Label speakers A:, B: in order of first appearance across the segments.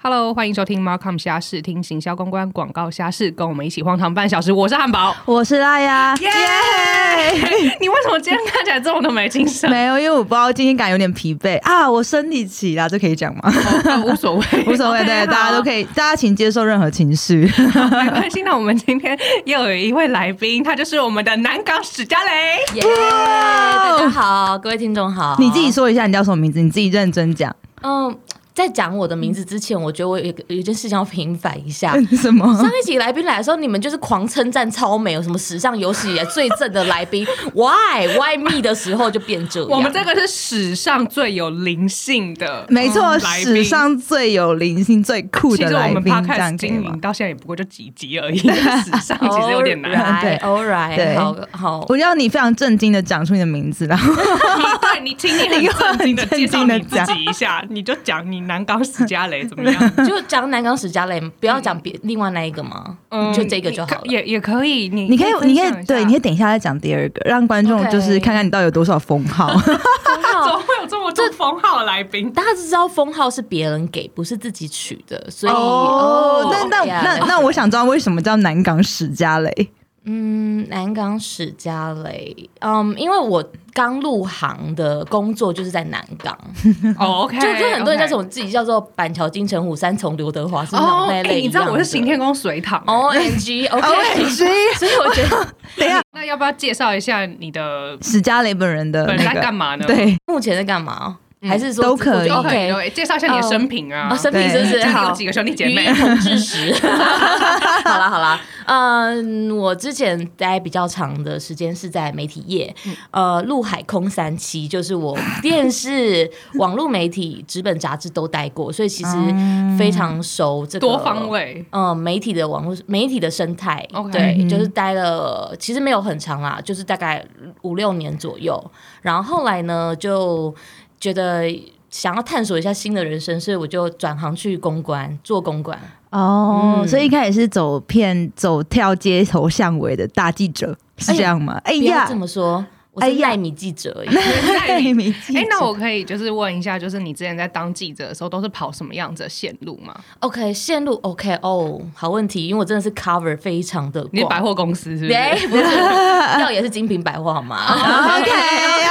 A: Hello，欢迎收听 Markham 虾事，听行销公关广告虾事，跟我们一起荒唐半小时。我是汉 堡，
B: 我是拉呀，
A: 耶、你为什么今天看起来这么的没精神？
B: 没有，因为我不知道今天感觉有点疲惫啊，我身体起啦，这可以讲吗？
A: 哦无所谓，
B: 无所谓，对，大家都
A: 以。
B: 可以，大家请接受任何情绪。
A: 好没关系，那我们今天又有一位来宾，他就是我们的南港史嘉蕾。
C: 耶、大家好，各位听众好。
B: 你自己，说一下你叫什么名字，你自己认真讲。
C: 嗯，在讲我的名字之前，我觉得我有一个有一件事情要平反 一下。
B: 什么
C: 上？一集来宾来的时候，你们就是狂称赞超美，有什么史上有史以来最正的来宾？Why Why me 的时候就变这样。
A: 我们这个是史上最有灵性的，
B: 没错，
A: 嗯来宾
B: 史上最有灵性、最酷
A: 其
B: 的
A: 实我
B: 来
A: 们
B: 宾，这
A: podcast
B: 样可以
A: 经
B: 吗
A: 营？到现在也不过就几集 而已，史上其实有点难。
B: 对
C: All right，,
B: 对
C: all right 好好。
B: 我要你非常震惊的讲出你的名字，然后
A: 你对你请 你很震惊的介绍你自己一下，你就讲你南港史嘉蕾怎么样？
C: 就讲南港史嘉蕾，不要讲别另外那一个吗？
A: 嗯，
C: 就这个就好了
A: 你可也也可以，你
B: 你可以，
A: 分
B: 你可
A: 享一下
B: 以，对，你可以等一下再讲第二个，让观众
C: OK
B: 就是看看你到底有多少封 号。
C: 封
A: 啊怎
C: 号
A: 么会有这么多封号来 宾？
C: 大家知道封号是别人给，不是自己取的，所以
B: 哦，那那
C: yeah，
B: 那那，我想知道为什么叫南港史嘉蕾？
C: 嗯，南港史嘉蕾，嗯，因为我刚入行的工作就是在南港，
A: 哦，OK，
C: 就跟很多人叫什
A: OK
C: 么自己叫做板桥金城武三重刘德华是那
A: 哦
C: 种，那
A: 哎
C: 一类一样的。哦
A: 你知道我是行天宫水堂哎
C: O N G O
B: 哦
C: K，
B: OMG
C: 所以我觉得
B: 等一下，
A: 那要不要介绍一下你的
B: 史嘉蕾本人的
A: 本
B: 呃那
A: 来干
B: 个
A: 嘛呢？
B: 对，
C: 目前在干嘛？还是说
B: 都可以
A: 都可以
C: OK，
A: 对介绍一下你的生平啊
C: 啊，，生平
B: 对
C: 是不
A: 就是是
C: 好
A: 有？几个兄弟姐
C: 余
A: 妹
C: 音。同 志时，好啦好啦，嗯，我之前待比较长的时间是在媒体业，
A: 嗯
C: 呃，陆海空三期，就是我电视、网络媒体、纸本杂志都待过，所以其实非常熟这
A: 嗯
C: 个
A: 多方。 位，
C: 嗯，媒体的网络媒体的生态
A: OK
C: 对，
B: 嗯
C: 就是待了，其实没有很长啦，就是大概五六年左右。然后后来呢，就觉得想要探索一下新的人生，所以我就转行去公关，做公关。
B: 哦，
C: 嗯
B: 所以一开始是走骗、走跳街头巷尾的大记者，是这样吗？哎
C: 不要
B: 呀
C: 这，么说，我
B: 哎
C: 是
B: 呀
C: 奈米记者而已。
A: 哎
B: 那没记
A: 哎、
B: 者
A: 那我可以就是问一下，就是你之前在当记者的时候，都是跑什么样子的线路吗？
C: OK，线路 OK 哦，好问题，因为我真的是 cover 非常的
A: 你是百
C: 广。
A: 货公司是不是？
C: 哎，不是，要也是精品百货 好吗？
B: OK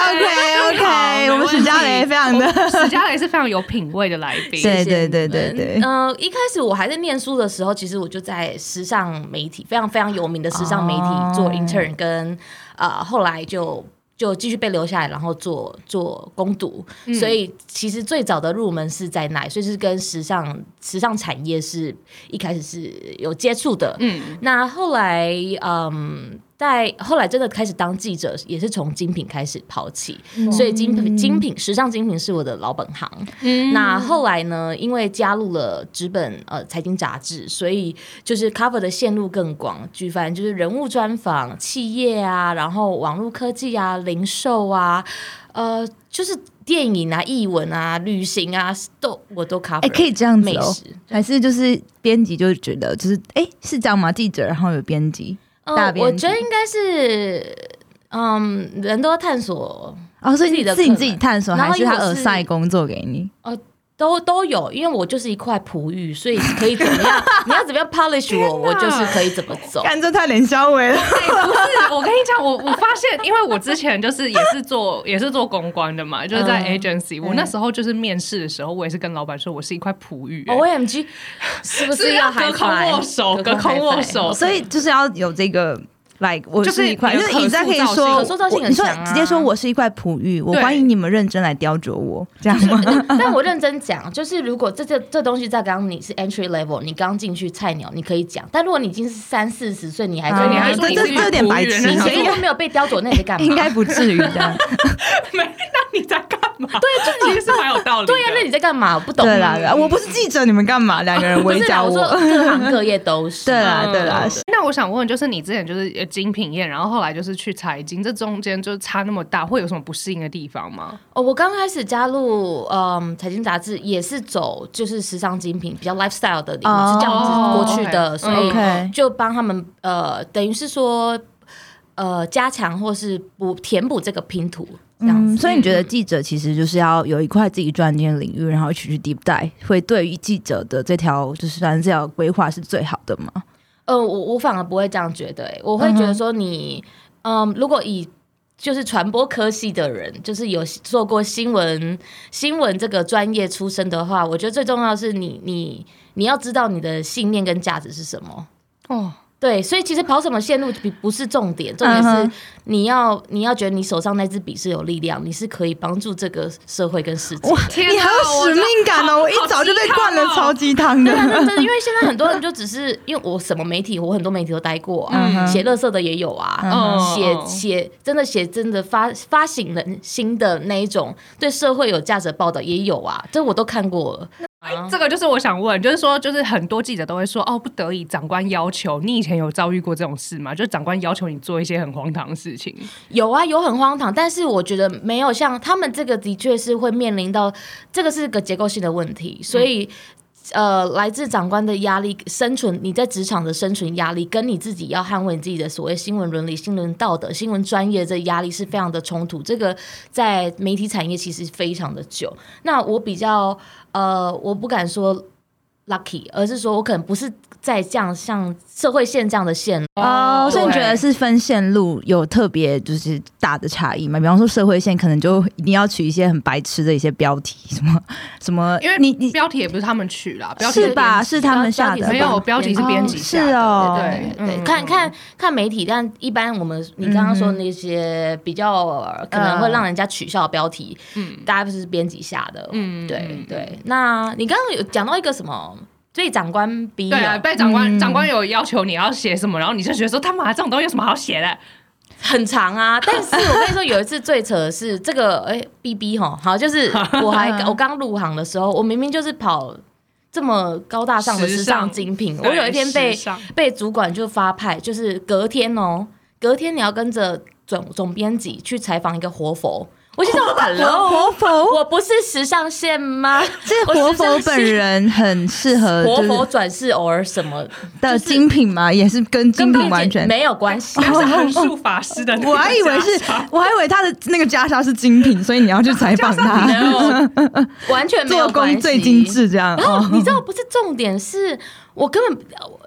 B: OK OK，我们史嘉蕾非常的
A: 我史嘉蕾是非常有品味的来宾。
B: 对
C: 谢谢
B: 哎对对
C: 你
B: 对
C: 们
B: 对
C: 呃，一开始我还在念书的时候，其实我就在时尚媒体，非常非常有名的时尚媒
B: 哦
C: 体做 intern，跟呃后来就。就继续被留下来，然后做做攻读，
B: 嗯
C: 所以其实最早的入门是在那里，所以是跟时尚时尚产业是一开始是有接触的。
A: 嗯，
C: 那后来，嗯，在后来真的开始当记者，也是从精品开始跑起，
B: 哦
C: 所以精品精品时尚精品是我的老本行。
A: 嗯
C: 那后来呢，因为加入了纸本呃财经杂志，所以就是 cover 的线路更广，举凡就是人物专访、企业啊，然后网络科技啊、零售啊，呃，就是电影啊、译文啊、旅行啊，都我都 cover。
B: 哎，可以这样子
C: 美
B: 哦
C: 食。
B: 还是就是编辑就觉得就是哎是这样吗？记者然后有编辑大
C: 呃，
B: 编辑
C: 我觉得应该是，嗯，人都要探索，
B: 哦，所以
C: 自己
B: 你
C: 的
B: 是你
C: 课
B: 自己
C: 本
B: 探索
C: 然
B: 还
C: 后
B: 是他
C: 因为
B: 耳
C: 我是
B: 塞工作给你？
C: 都都有。因为我就是一块璞玉，所以可以怎 么样？你要怎么样 polish 我，我就是可以怎么走。
B: 看这太脸消委了，
A: 哎不是，我跟你讲，我我发现，因为我之前就是也是做也是做公关的嘛，就是在
B: 嗯
A: agency，、我那时候就是面试的时候，我也是跟老板说我是一块璞玉、哎
B: 哦
C: O M G，是不
A: 是要
C: 要
A: 隔
C: high
A: 空
C: five？
A: 握手
C: 隔
A: 隔空握
C: high five
A: 手
B: 哦所以就是要有这个。like 我
A: 就是
B: 是一块，
A: 有
B: 就是
A: 可
B: 你再可以
A: 塑造性
B: 说，
C: 可塑造性
B: 我
C: 很
B: 你说
C: 强啊
B: 直接说我是一块璞玉，我
A: 对
B: 欢迎你们认真来雕琢我，这样吗？
C: 但我认真讲，就是如果这这这东西在刚刚你是 entry level，你刚进去菜鸟，你可以讲。但如果你已经是三四十岁，你还在
A: 所以哎你还
C: 那边
A: 说
B: 这
A: 你
B: 这
A: 是
B: 这有点白
A: 服务
B: 痴
A: 员，
C: 你
A: 所
C: 所
A: 以
C: 以都没有被雕琢，那你在干嘛？
B: 应该不至于这样。
A: 没，那你在干嘛？对，其实是蛮有道理的。
B: 啊
C: 对呀、啊那你在干嘛？我不 懂。啊
B: 对啦，对啦我不是记者，你们干嘛？两个 人
C: 不
B: 围
C: 是啦，
B: 剿
C: 我说
B: 我。
C: 各行各业都 是。
B: 对啦，对啦
A: 嗯，那我想问，就是你之前就是呃精品业，然后后来就是去财经，这中间就是差那么大，会有什么不适应的地方吗？
C: 哦，我刚开始加入嗯财经杂志，也是走就是时尚精品比较 lifestyle 的领域，
B: 哦
C: 是这样子过去的，
A: OK，
C: 所
A: 嗯
C: 以
B: OK
C: 就帮他们呃，等于是说呃加强或是补填补这个拼图。这样子。
B: 嗯，所以你觉得记者其实就是要有一块自己专精的领域，然后去去 deep dive，会对于记者的这条就是算是这条规划是最好的吗？
C: 呃，我我反而不会这样觉得、欸，我会觉得说你，嗯、如果以就是传播科系的人，就是有做过新闻新闻这个专业出身的话，我觉得最重要的是你你你要知道你的信念跟价值是什么。
A: 哦，
C: 对，所以其实跑什么线路不不是重点，重点
B: 嗯
C: 是
B: 哼
C: 你要你要觉得你手上那支笔是有力量，你是可以帮助这个社会跟世界。
A: 天
B: 你
A: 哪
B: 好有使命感哦！我
A: 我
B: 一
A: 真的好
B: 早就被灌了
A: 好鸡汤哦
B: 超鸡汤的
C: 对，啊，真的，因为现在很多人就只是因为我什么媒体，我很多媒体都待过
B: 嗯
C: 啊，
B: 哼
C: 写、垃圾的也有啊，
A: 嗯
C: 写
A: 嗯
C: 写真的写真的发发行人新的那一种对社会有价值的报道也有啊，这我都看过了。啊
A: 哎这个就是我想问，就是说，就是很多记者都会说，哦，不得已，长官要求。你以前有遭遇过这种事吗？就是长官要求你做一些很荒唐的事情。
C: 有啊，有很荒唐，但是我觉得没有像他们这个，的确是会面临到这个是个结构性的问题，所以。呃，来自长官的压力，生存你在职场的生存压力，跟你自己要捍卫你自己的所谓新闻伦理、新闻道德、新闻专业这压力是非常的冲突。这个在媒体产业其实非常的久。那我比较呃，我不敢说 lucky，而是说我可能不是在这样像社会线这样的线
B: 哦，所以你觉
A: 对
B: 得是分线路有特别就是大的差异吗？比方说社会线，可能就一定要取一些很白痴的一些标题，什么什么，
A: 因为
B: 你你
A: 标题也不是他们取啦，标题
B: 是吧？是他们下
C: 标题
B: 的
C: 是
A: 没
B: 吧
A: 有？标题是编辑下的
B: 是哦
A: 对
C: 对对，
A: 嗯
C: 看看看媒体，但一般我们你刚刚说那些比较呃可能会让人家取笑的标题，
A: 嗯
C: 大概就是编辑下的。
A: 嗯
C: 对对。那你刚刚有讲到一个什么？对长官逼
A: 对啊，
C: 啊，
A: 被长
B: 嗯
A: 官、长官有要求你要写什么，然后你就觉得说他妈这种东西有什么好写的？
C: 很长啊，但是我跟你说，有一次最扯的是这个，哎，B B 吼，好，就是我还我刚入行的时候，我明明就是跑这么高大上的
A: 时
C: 时尚
A: 尚
C: 精品，我有一天被
A: 时 尚
C: 被主管就发派，就是隔天哦，隔天你要跟着总总编辑去采访一个活佛。我心想
B: 哦
C: ，Hello，
B: 活佛，
C: 我不是时尚 线吗？
B: 这
C: 我
B: 活
C: 时尚
B: 佛
C: 线
B: 本人很适合
C: 活
B: 呃就是
C: 佛转世偶尔什么
B: 的精品嘛，也是跟精品完全。
C: 没有关 系。
A: 就是横竖法师的那个
B: 我还以为是
A: 袈裟，
B: 我还以为他的那个袈裟是精品，所以你要去采 访他，
C: No，完全没有
B: 做
C: 关
B: 工
C: 系啊
B: 最精致这样。
C: 然后
B: 哦，
C: 你知道不是重点是，我根本我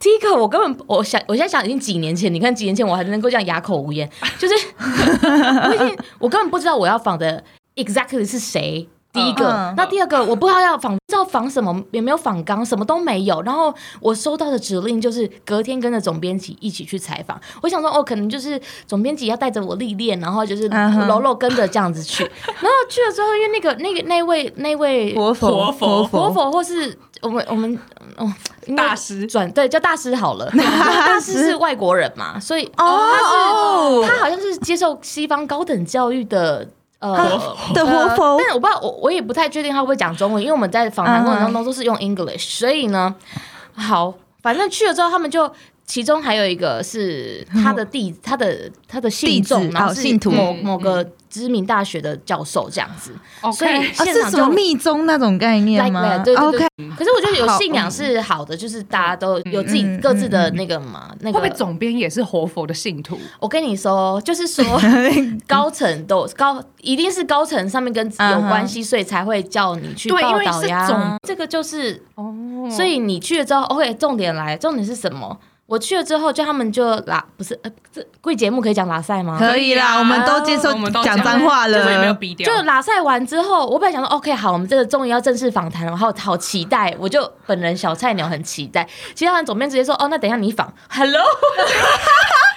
C: 第一个我根本我想我现在想已经几年前，你看几年前我还能够这样哑口无言，就是 我已经我根本不知道我要仿的 exactly 是谁。第一个，
B: 嗯
C: 那第二个我不知道要仿，不知道仿什么，也没有仿纲，什么都没有。然后我收到的指令就是隔天跟着总编辑一起去采访。我想说，哦，可能就是总编辑要带着我历练，然后就是
B: 嗯哼
C: 柔柔跟着这样子去。然后去了之后，因为那个那个那位那位
B: 活佛，
A: 活佛
C: 活佛或是我们我们哦应该
A: 大师
C: 转对叫大 师好了，大师是外国人嘛，所以哦
B: 哦
C: 他是他好像是接受西方高等教育的。呃
B: 的活佛
C: 呃但我不知道，我我也不太确定他会不会讲中文，因为我们在访谈过程当中
B: 嗯
C: 都是用 English，所以呢，好，反正去了之后，他们就其中还有一个是他的弟，他的他的信众，
B: 弟子
C: 然后
B: 哦
C: 是
B: 信徒
C: 某
A: 嗯
C: 某个知名大学的教授这样子，所以
A: 哦 OK，
B: 啊，
C: 现
B: 是
C: 场
B: 什
C: 就
B: 么密宗那种概念
C: Like
B: 吗啊
C: that，对对对
B: OK，
C: 可是我觉得有
B: 好
C: 信仰是好的，就是大家都有自己
B: 嗯嗯
C: 各自的那个
B: 嗯
C: 嘛，那
A: 会
C: 个
A: 不会总编也是活佛的信徒？
C: 我跟你说，就是说 高层都高，一定是高层上面跟有关系，所以才会叫你去
A: 对因
C: 报
A: 为
C: 道
A: 是
C: 呀
A: 总。
C: 这个就是，
A: 哦，
C: 所以你去了之后，OK，重点来，重点是什么？我去了之后，就他们就拉，不是呃，这贵节目可以讲拉塞吗？
B: 可以啦，我们都接受
A: 我们都
B: 讲脏话
A: 就是也没有
B: 了。
A: 逼掉，
C: 就拉赛完之后，我本来想说，OK，好，我们这个终于要正式访谈了，然后好期待，我就本人小菜鸟很期待。其他人总编直接说，哦，那等一下你访，Hello，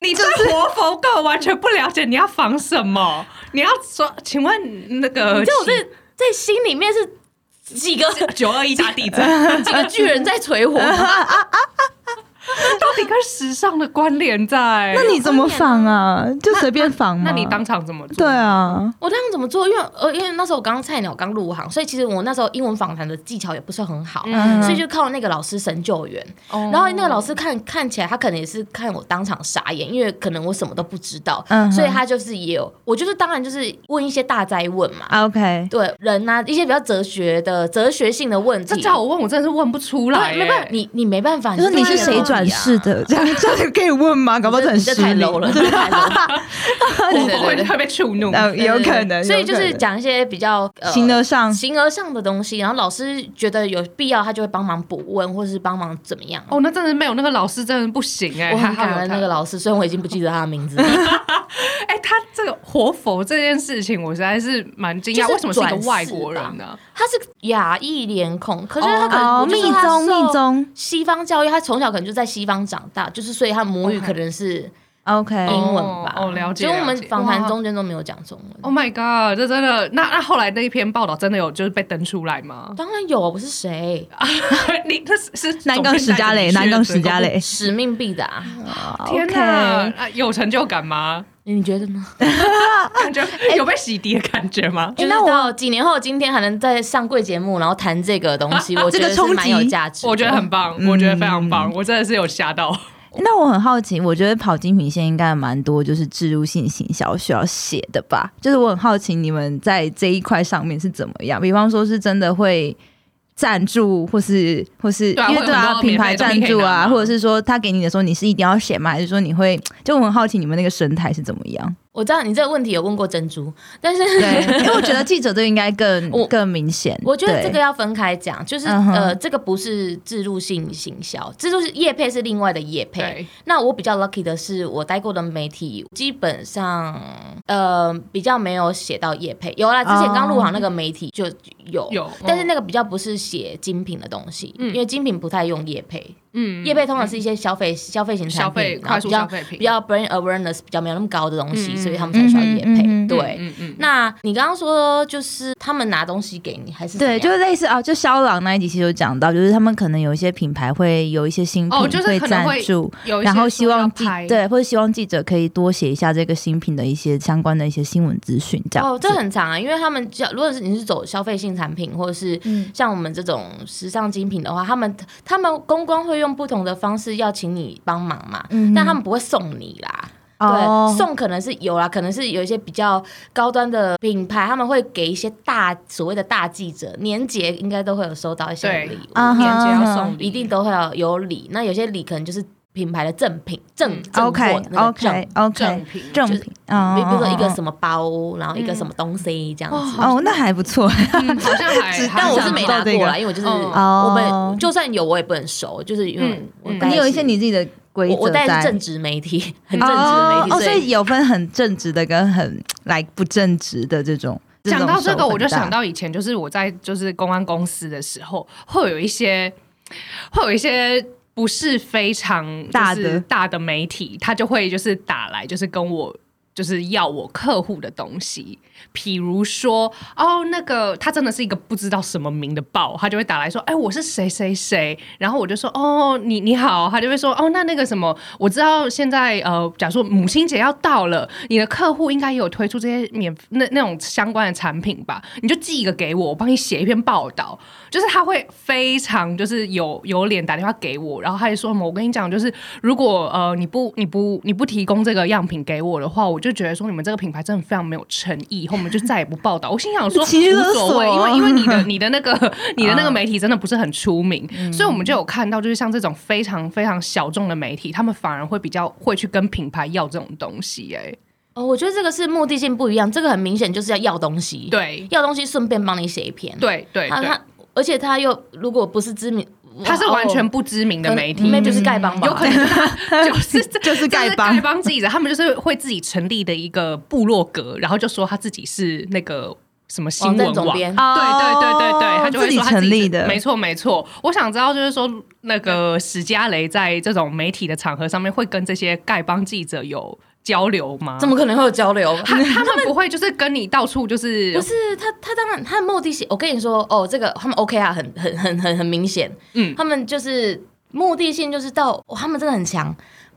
A: 你对活佛根本完全不了解，你要防什么？你要说，请问那个
C: 你知道我这在心里面是 几个
A: 九二一大地 震
C: 几个巨人在捶我吗，
A: 到底跟时尚的关联在？
B: 那你怎么仿啊？就随便仿吗？
A: 那你当场怎么做？
B: 对，啊，
C: 我当时怎么做？因为呃，因为那时候我刚菜鸟刚入行，所以其实我那时候英文访谈的技巧也不是很好，
A: 嗯
C: 所以就靠那个老师神救援。
A: 哦
C: 然后那个老师看看起来，他可能也是看我当场傻眼，因为可能我什么都不知道，
B: 嗯哼
C: 所以他就是也有我就是当然就是问一些大灾问嘛，
B: 啊 OK，
C: 对人呐、一些比较哲学的哲学性的问题。
A: 这叫我问，我真的是问不出来
C: 对，
A: 耶。
C: 没办法，你你没办法，
B: 就是你
C: 这
B: 是
C: 样的
B: 谁转
C: 问题啊
B: 世的，这样这样可以问吗？搞不好这
C: 这
B: 很
C: 这太
B: 失礼
C: low 了，这太 low 了。对对
A: 我
C: 对
A: 会
C: 对
A: 会被触怒。
B: 呃， 有
C: 对对
B: 可
C: 对
B: 能。
C: 所以
B: 有
C: 就
B: 可
C: 是
B: 能
C: 讲一些比较呃
B: 形而上
C: 形而上的东西，然后老师觉得有必要，他就会帮忙补问，或是帮忙怎么样。
A: 哦，那真的没有那个老师真的不行哎、
C: 我
A: 还
C: 很
A: 好有
C: 感
A: 他
C: 恩那个老师，虽然我已经不记得他 的名字了，
A: 哎、他这个活佛这件事情，我实在是蛮惊
C: 就
A: 讶，
C: 是
A: 为什么是一个
C: 转世
A: 外国
C: 吧
A: 人啊呢、
C: 他是亚裔脸孔，可是他可能
B: 哦，
C: 我就
B: 密
C: 说他
B: 宗
C: 受
B: 密宗
C: 西方教育，他从小可能就在西方长大，就是所以他母语
A: OK
C: 可能是
B: ，OK，
C: 英文吧。
A: 哦哦了解
C: 所以我们
A: 了解
C: 访谈
A: 哇
C: 中间都没有讲中文。
A: o h Oh my god，这真的，那那后来那一篇报道真的有就是被登出来吗？
C: 当然有，我是谁？
B: 啊
A: 你这是是
B: 南港史嘉蕾，南港史嘉，蕾，
C: 使命必达，
A: 天哪
B: 哦 OK，
A: 啊有成就感吗？
C: 你觉得呢？
A: 感觉
B: 哎
A: 有被洗涤的感觉吗？
C: 就是
B: 那我
C: 到几年后的今天还能在上贵节目，然后谈这个东 西，我
B: 啊这
C: 觉得
B: 个
C: 是
B: 冲
C: 蛮有
B: 击
C: 价值 的。
A: 我觉得很棒，我觉得非常
B: 嗯
A: 棒，我真的是有吓 到。
B: 那我很好奇，我觉得跑精品线应该蛮多，就是植入性行销需要写的吧？就是我很好奇你们在这一块上面是怎么样？比方说是真的会赞助，或是或是、
A: 对啊
B: 因为
A: 会有
B: 对
A: 很
B: 啊
A: 多
B: 品
A: 免
B: 牌
A: 费的东
B: 赞
A: 西
B: 助
A: 可以拿
B: 啊，
A: 吗
B: 或者是说他给你的时候你是一定要写吗？还是说你会？就我很好奇你们那个生态是怎么 样？
C: 我知道你这个问题有问过珍珠，但是
B: 对，因为我觉得记者都应该 更
C: 我
B: 更明显。
C: 我觉得这个
B: 对
C: 要分开讲，就是、
B: 嗯哼
C: 呃，这个不是自入性行销，自入性业配是另外的业配。
A: 对，
C: 那我比较 lucky 的是，我待过的媒体基本上呃比较没有写到业配，有啦，之前
B: 哦
C: 刚入行那个媒体就有
A: 有
C: 但是
A: 嗯
C: 那个比较不是写精品的东西，
A: 嗯
C: 因为精品不太用业配，
A: 嗯
C: 业配通常是一些消费、消费型
A: 消
C: 产
A: 费
C: 品，然
A: 快
C: 后
A: 速
C: 比
A: 消
C: 较
A: 费品嗯
C: 比较 brand awareness 比较没有那么高的东西，
A: 嗯嗯
C: 所以他们才需要业配。
B: 嗯嗯嗯嗯
C: 对，
A: 嗯嗯
C: 那你刚刚说就是他们拿东西给你，还是怎么
B: 对，
C: 样
B: 就是类似哦，就肖朗那一集其实有讲到，就是他们可能有一些品牌会有一些新品
A: 哦就是可能
B: 赞
A: 会
B: 助，
A: 有一些
B: 然后希望记
A: 说要拍
B: 对，或者希望记者可以多写一下这个新品的一些相关的一些新闻资讯，这样
C: 哦，这很长啊，因为他们叫如果是你是走消费性产品，或者是
B: 嗯
C: 像我们这种时尚精品的话，他们他们公关会用不同的方式要请你帮忙嘛，
B: 嗯哼
C: 但他们不会送你啦。对，
B: 哦
C: 送可能是有啦，可能是有一些比较高端的品牌，他们会给一些大所谓的大记者，年节应该都会有收到一些
A: 对
C: 礼物，
B: 啊哈
A: 年节要送礼
C: 一定都会有有礼。那有些礼可能就是品牌的赠品，
A: 嗯
C: 赠赠货
B: OK
C: 的那个赠
B: OK OK
A: 正品
B: 正
C: 就是
B: 品，哦
C: 比比如说一个
B: 哦
C: 什么包，然后一个什么东西这样子。
B: 哦，哦那还不错，
A: 嗯好像 还，
B: 只
C: 但我是没拿过
B: 想到这
C: 啦，
B: 个
C: 因为我就是
B: 哦
C: 我们就算有我也不能熟，就是因为
A: 嗯
C: 我
A: 嗯
C: 带的
B: 你
C: 是
B: 有一些你自己的规
C: 我我
B: 则
C: 带的是
B: 在。
C: 正直媒体，很正直的
B: 哦
C: 媒
B: 哦，
C: 体，
B: 所
C: 所
B: 以
C: 以
B: 有分很正直的跟很来不正直的这种。
A: 讲
B: 种
A: 到这
B: 手
A: 个，我
B: 很
A: 就
B: 大
A: 想到以前，就是我在就是公安公司的时候，会有一些会有一些不是非常就是
B: 大的
A: 大的媒体，他就会就是打来，就是跟我。就是要我客户的东西，比如说哦，那个他真的是一个不知道什么名的报，他就会打来说，哎，我是谁谁谁，然后我就说，哦，你你好，他就会说，哦，那那个什么，我知道现在呃，假如说母亲节要到了，你的客户应该也有推出这些免那那种相关的产品吧，你就寄一个给我，我帮你写一篇报道，就是他会非常就是有有脸打电话给我，然后他就说什么，我跟你讲，就是如果呃你不你不你不提供这个样品给我的话，我就觉得说你们这个品牌真的非常没有诚意，以后我们就再也不报道。我心 想说
B: 情绪
A: 无
B: 勒
A: 所谓，因
B: 索
A: 为因为你的你的那个 你的那个媒体真的不是很出名，所以我们就有看到，就是像这种非常非常小众的媒体，他们反而会比较会去跟品牌要这种东西、哎，
C: 哦，我觉得这个是目的性不一样，这个很明显就是要要东西，，
A: 对
C: 要东西顺便帮你写一篇，
A: 对对
C: 他
A: 对，
C: 他而且他又如果不是知名，
A: 它是
C: 哇
A: 完全
C: 哦
A: 不知名的
C: 可
A: 媒体，
C: maybe 是丐帮吧，
A: 有可能他 就是
B: 就是丐帮
A: 丐帮记者，他们就是会自己成立的一个部落格，然后就说他自己是那个什么新
C: 网啊站
A: 闻
C: 哦总
A: 网。
C: 编。
A: 对对对对对，
B: 哦
A: 他就会
B: 自己
A: 说他
B: 成
A: 自己
B: 立
A: 是
B: 的，
A: 没错没错。我想知道就是说，那个史嘉蕾在这种媒体的场合上面，会跟这些丐帮记者有交流吗？
C: 怎么可能会有交流？
A: 他他们不会就是跟你到处就是
C: 不是他，他当然他的目的性，我跟你说哦，这个他们 OK 啊，很很很很很明显，
A: 嗯
C: 他们就是目的性就是到、哦他们真的很强，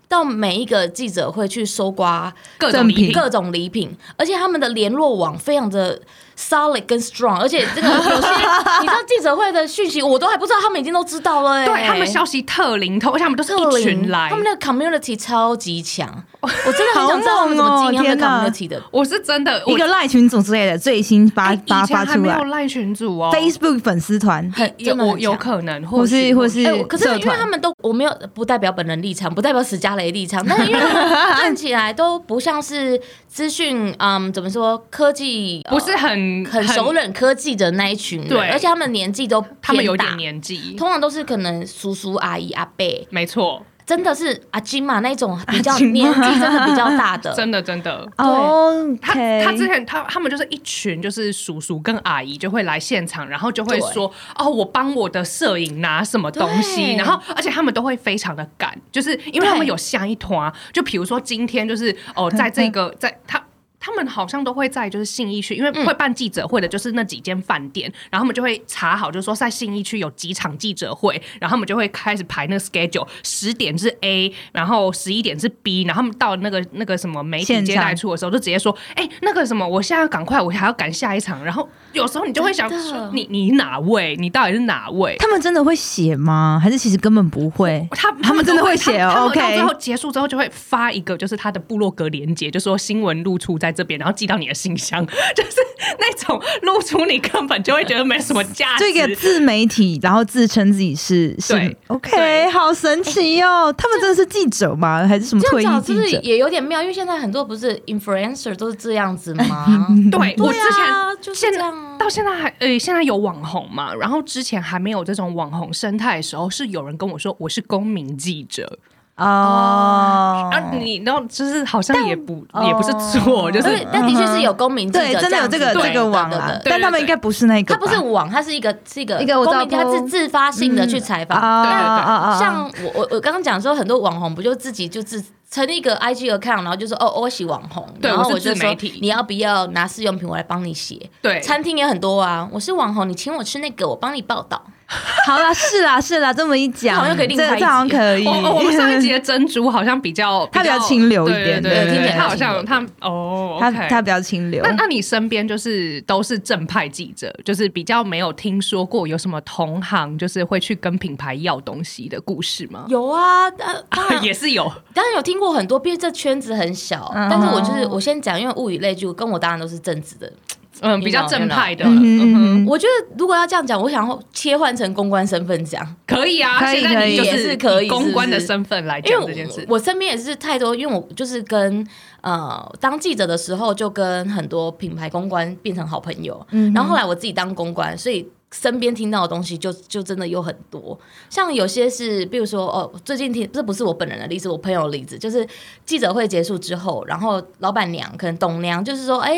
C: 到每一个记者会去搜刮
A: 各
B: 赠
A: 种礼
B: 品
A: 品
C: 各种礼品，而且他们的联络网非常的 solid 跟 strong，而且这个有些你知道记者会的讯息，我都还不知道，他们已经都知道了、欸。
A: 对他们消息特灵通，而且他们都是
C: 特
A: 一群
C: 灵
A: 来哦
C: 他。们的 community 超级强，我真的很想知道他们怎么
B: 好猛哦
C: 经营他们的
B: 天哪
C: community 的。
A: 我是真的，我
B: 一个赖群组之类的最新发
A: 哎
B: 发
A: 以前
B: 发
A: 还
B: 出
A: 没
B: 来
A: 有赖群组哦
B: ，Facebook 粉丝团
C: 很
A: 有
C: 真的很
A: 我有
C: 强
A: 可能，
B: 或是
A: 许
B: 或是
C: 哎、我可是
B: 社
C: 因为
B: 团
C: 他，们都我没有不代表本人立场，不代表史嘉蕾立场，但是因为他 们看起来都不像是资讯，嗯，怎么说科技、呃
A: 不是很
C: 很熟，稔科技的那一群人，
A: 对
C: 而且他们年纪都
A: 他们有
C: 偏
A: 点
C: 大，
A: 年纪，
C: 通常都是可能叔叔阿姨阿伯，
A: 没错，
C: 真的是阿金嘛那种比较
B: 阿金
C: 年
B: 嘛
C: 纪真的比较大 的，
A: 真的真的。
B: 哦，
A: 他他之前他他们就是一群就是叔叔跟阿姨就会来现场，然后就会说哦，我帮我的摄影拿什么东西，
C: 对
A: 然后而且他们都会非常的赶，就是因为他们有像一团，啊就比如说今天就是哦，在这个在他。他们好像都会在就是信义区，因为会办记者会的，就是那几间饭店，然后他们就会查好，就是说在信义区有几场记者会，然后他们就会开始排那个 schedule，十点是 A，然后十一点是 B，然后他们到那个那个什么媒体
B: 现
A: 接待
B: 场
A: 处的时候，就直接说：“哎、那个什么，我现在要赶快，我还要赶下一场。”然后有时候你就会想
C: 真的
A: 说：“你你哪位？你到底是哪位
B: 他们真的会写吗？还是其实根本不会？”？
A: 他
B: 他们真的
A: 都
B: 会写
A: 他
B: 哦
A: 们他们到
B: ，OK
A: 最后结束之后就会发一个，就是他的部落格连接，就说新闻露出在这边，然后寄到你的信箱， 就是那种露出你根本就会觉得没什么价值。
B: 这个自媒体，然后自称自己是是
A: 对
B: OK，
A: 对
B: 好神奇哦！他们真的是记者吗？还是什么
C: 这
B: 退役
C: 样讲是
B: 记
C: 不是
B: 者？
C: 也有点妙？因为现在很多不是 influencer 都是这样子吗？
A: 对我
C: 对
A: 之前
C: 啊，就是
A: 现
C: 这
A: 在
C: 样啊。
A: 到现在还呃，现在有网红嘛？然后之前还没有这种网红生态的时候，是有人跟我说我是公民记者，
B: 哦，
A: 啊，你然后就是好像也不
B: 但
A: 也不是错，就
C: 但
A: 哦是
C: 是，但的确是有公民记者
B: 对，真的有这个
A: 对
B: 这个网
C: 啊
B: 啦，，
A: 对
B: 但他们应该不是那个
C: 它
B: 吧，
C: 不是网，它是一个是一个
B: 一个我知
C: 公
B: 道
C: 民，它是
B: 不
C: 自发性的去采
B: 啊
C: 访。
B: 啊
A: 对对对
B: 啊啊！
C: 像我我我刚刚讲说，很多网红不就自己就自成立一个 IG account，然后就说哦，我喜网红，
A: 对
C: 然后
A: 我
C: 我
A: 是自
C: 就
A: 媒
C: 说
A: 体
C: 你要不要拿试用品，我来帮你写。
A: 对
C: 餐厅也很多啊，我是网红，你请我吃那个，我帮你报道。
B: 好啦，是啦是啦，这么一讲，
C: 好像可以另
B: 这
C: 外一集
B: 这好像可以。
A: 我哦我我们上 一集的珍珠好像比 较，
B: 它比较清流一
A: 对
B: 点
A: 对对
C: 对听起来
A: 他好
C: 比较
A: 像他嗯哦，
B: 他
A: OK
B: 他比较清流
A: 那，那你身边就是都是正派记者，就是比较没有听说过有什么同行就是会去跟品牌要东西的故事吗？
C: 有啊，呃，当 然
A: 也是有，
C: 当然有听过很多，毕竟这圈子很小。
B: 嗯
C: 但是我就是我先讲，因为物以类聚，跟我当然都是正直的。
A: 嗯，比较正派的，嗯哼，
B: 嗯嗯嗯
C: 我觉得如果要这样讲，我想要切换成公关身份讲，
A: 可以啊，
B: 可以
A: 现在你就
C: 可以也是可以
A: 以公关的
C: 是不是
A: 身份来
C: 因为
A: 讲
C: 我
A: 这件事，
C: 我身边也是太多，因为我就是跟呃当记者的时候，就跟很多品牌公关变成好朋友。
B: 嗯
C: 然后后来我自己当公关，所以身边听到的东西就就真的有很多。像有些是，比如说哦，最近听这不是我本人的例子，我朋友的例子，就是记者会结束之后，然后老板娘可能董娘就是说，哎。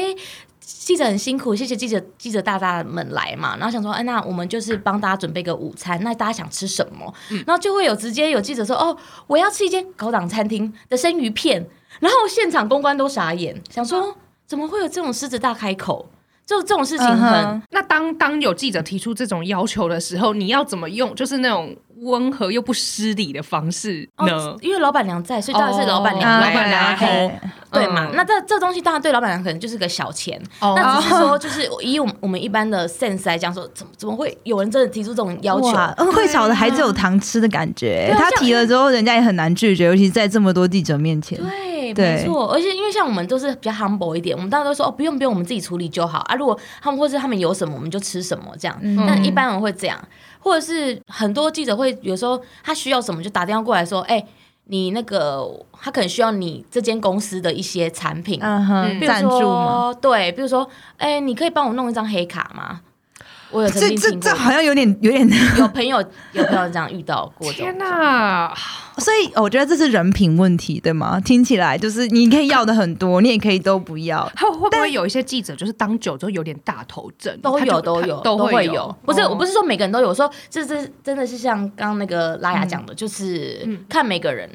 C: 记者很辛苦，谢谢记者记者大大们来嘛，然后想说，哎，那我们就是帮大家准备个午餐，那大家想吃什么？然后就会有直接有记者说，哦，我要吃一间高档餐厅的生鱼片，然后现场公关都傻眼，想说怎么会有这种狮子大开口？就这种事情很、
B: 嗯哼
A: 那当当有记者提出这种要求的时候，你要怎么用就是那种温和又不失礼的方式呢？
C: 哦，因为老板娘在，所以当然是老板娘、
A: 哦
B: 嗯
C: 老板娘
A: 来
C: 吼
A: 嘿
B: 对
C: 对嘛？
A: 嗯
C: 那这这东西当然对老板娘可能就是个小钱，
A: 哦
C: 那只是说就是以我们我们一般的 sense 来讲说，怎么怎么会有人真的提出这种要求？
B: 哇，嗯会炒的孩子有糖吃的感觉
C: 对。啊
B: 他
C: 像
B: 提了之后，人家也很难拒绝，尤其在这么多记者面前。
C: 对，
B: 对
C: 没错，而且因为像我们都是比较 humble 一点，我们当然都说哦，不用不用，我们自己处理就好啊。如果他们或是他们有什么，我们就吃什么这样。
B: 嗯
C: 那一般人会这样，或者是很多记者会有时候他需要什么就打电话过来说，哎、你那个他可能需要你这间公司的一些产品，
B: 嗯
A: 嗯
B: 哼，
C: 比如
B: 赞助吗？
C: 说对，比如说哎、你可以帮我弄一张黑卡吗？我有曾
B: 这
C: 经
B: 这
C: 听过
B: 这，好像有点有点，
C: 有朋友有朋友这样遇到过这种
A: 天哪，
B: 所以我觉得这是人品问题，对吗？听起来就是你可以要的很多，你也可以都不要。
A: 会会不会有一些记者就是当久之后有点大头症？
C: 都
A: 他就
C: 有都有
A: 他都
C: 会
A: 有，哦
C: 不是、我不
A: 是
C: 是说每
A: 嗯
C: 个人都有，我说这这真的是像刚刚那个拉雅讲的，就是看每个人。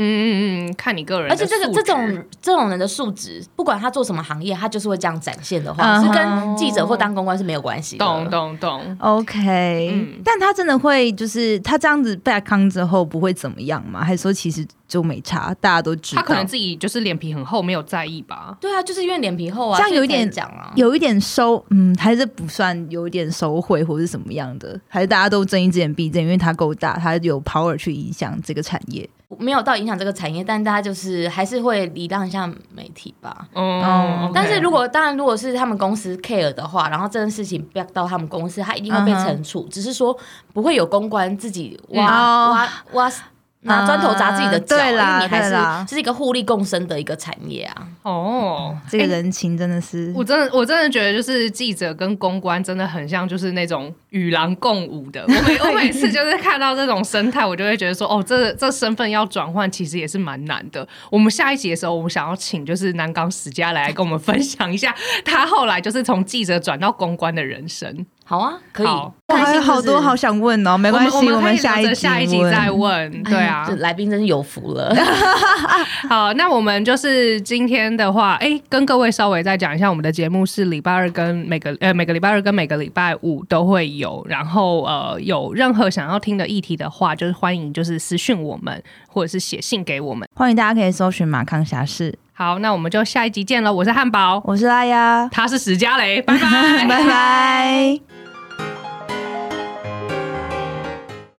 A: 嗯嗯嗯，看你嗯个人的
C: 而
A: 素
C: 且
A: 质。
C: 这个这种这种人的素质，不管他做什么行业，他就是会这样展现的话
B: 嗯
C: 是
B: 哼
C: 跟记者或当公关是没有关系的。
A: 懂懂懂，
B: OK，、
A: 嗯
B: 但他真的会就是他这样子被康之后不会怎么样吗？还是说其实就没差，大家都知道？
A: 他可能自己就是脸皮很厚，没有在意吧。
C: 对啊，就是因为脸皮厚啊，
B: 这样有
C: 所以
B: 一点
C: 才讲啊。
B: 有一点收，嗯，还是不算有一点收贿或是什么样的，还是大家都睁一只眼闭一只眼，因为他够大，他有 power 去影响这个产业。
C: 没有到影响这个产业，但大家就是还是会礼让一下媒体吧。
A: 嗯
B: 哦，
A: OK
C: 但是如果当然，如果是他们公司 care 的话，然后这件事情不要到他们公司，他一定会被
B: 嗯哼
C: 惩处。只是说不会有公关自己挖、
B: 嗯
C: 挖挖拿砖头砸自己的脚，
B: 嗯对啦
C: 因为你还
B: 对
C: 是
B: 啦
C: 这是一个互利共生的一个产业啊。
A: 哦，
B: 这个
A: 欸
B: 人情真的是，
A: 我真的，我真的觉得，就是记者跟公关真的很像，就是那种与狼共舞的。我 每我每次就是看到这种生态，我就会觉得说，哦，这这身份要转换，其实也是蛮难的。我们下一集的时候，我们想要请就是南港史嘉来跟我们分享一下，他后来就是从记者转到公关的人生。
C: 好啊，可以
A: 好，
B: 我
C: 开
B: 还
C: 心
B: 有
C: 是不
B: 好多
C: 是
B: 好想问哦，没关系，
A: 我们
B: 我们
A: 可以
B: 下
A: 留
B: 一
A: 着
B: 集嗯
A: 下一集再
B: 问。
A: 问。对啊
C: 这，来宾真是有福了。
A: 好，那我们就是今天的话，哎、跟各位稍微再讲一下，我们的节目是礼拜二跟每个呃每个礼拜二跟每个礼拜五都会有，然后呃有任何想要听的议题的话，就是欢迎就是私讯我们或者是写信给我们。
B: 欢迎大家可以搜寻马康侠士，
A: 好，那我们就下一集见了，我是汉堡，
B: 我是拉雅，
A: 他是史嘉蕾，拜拜
B: 拜拜。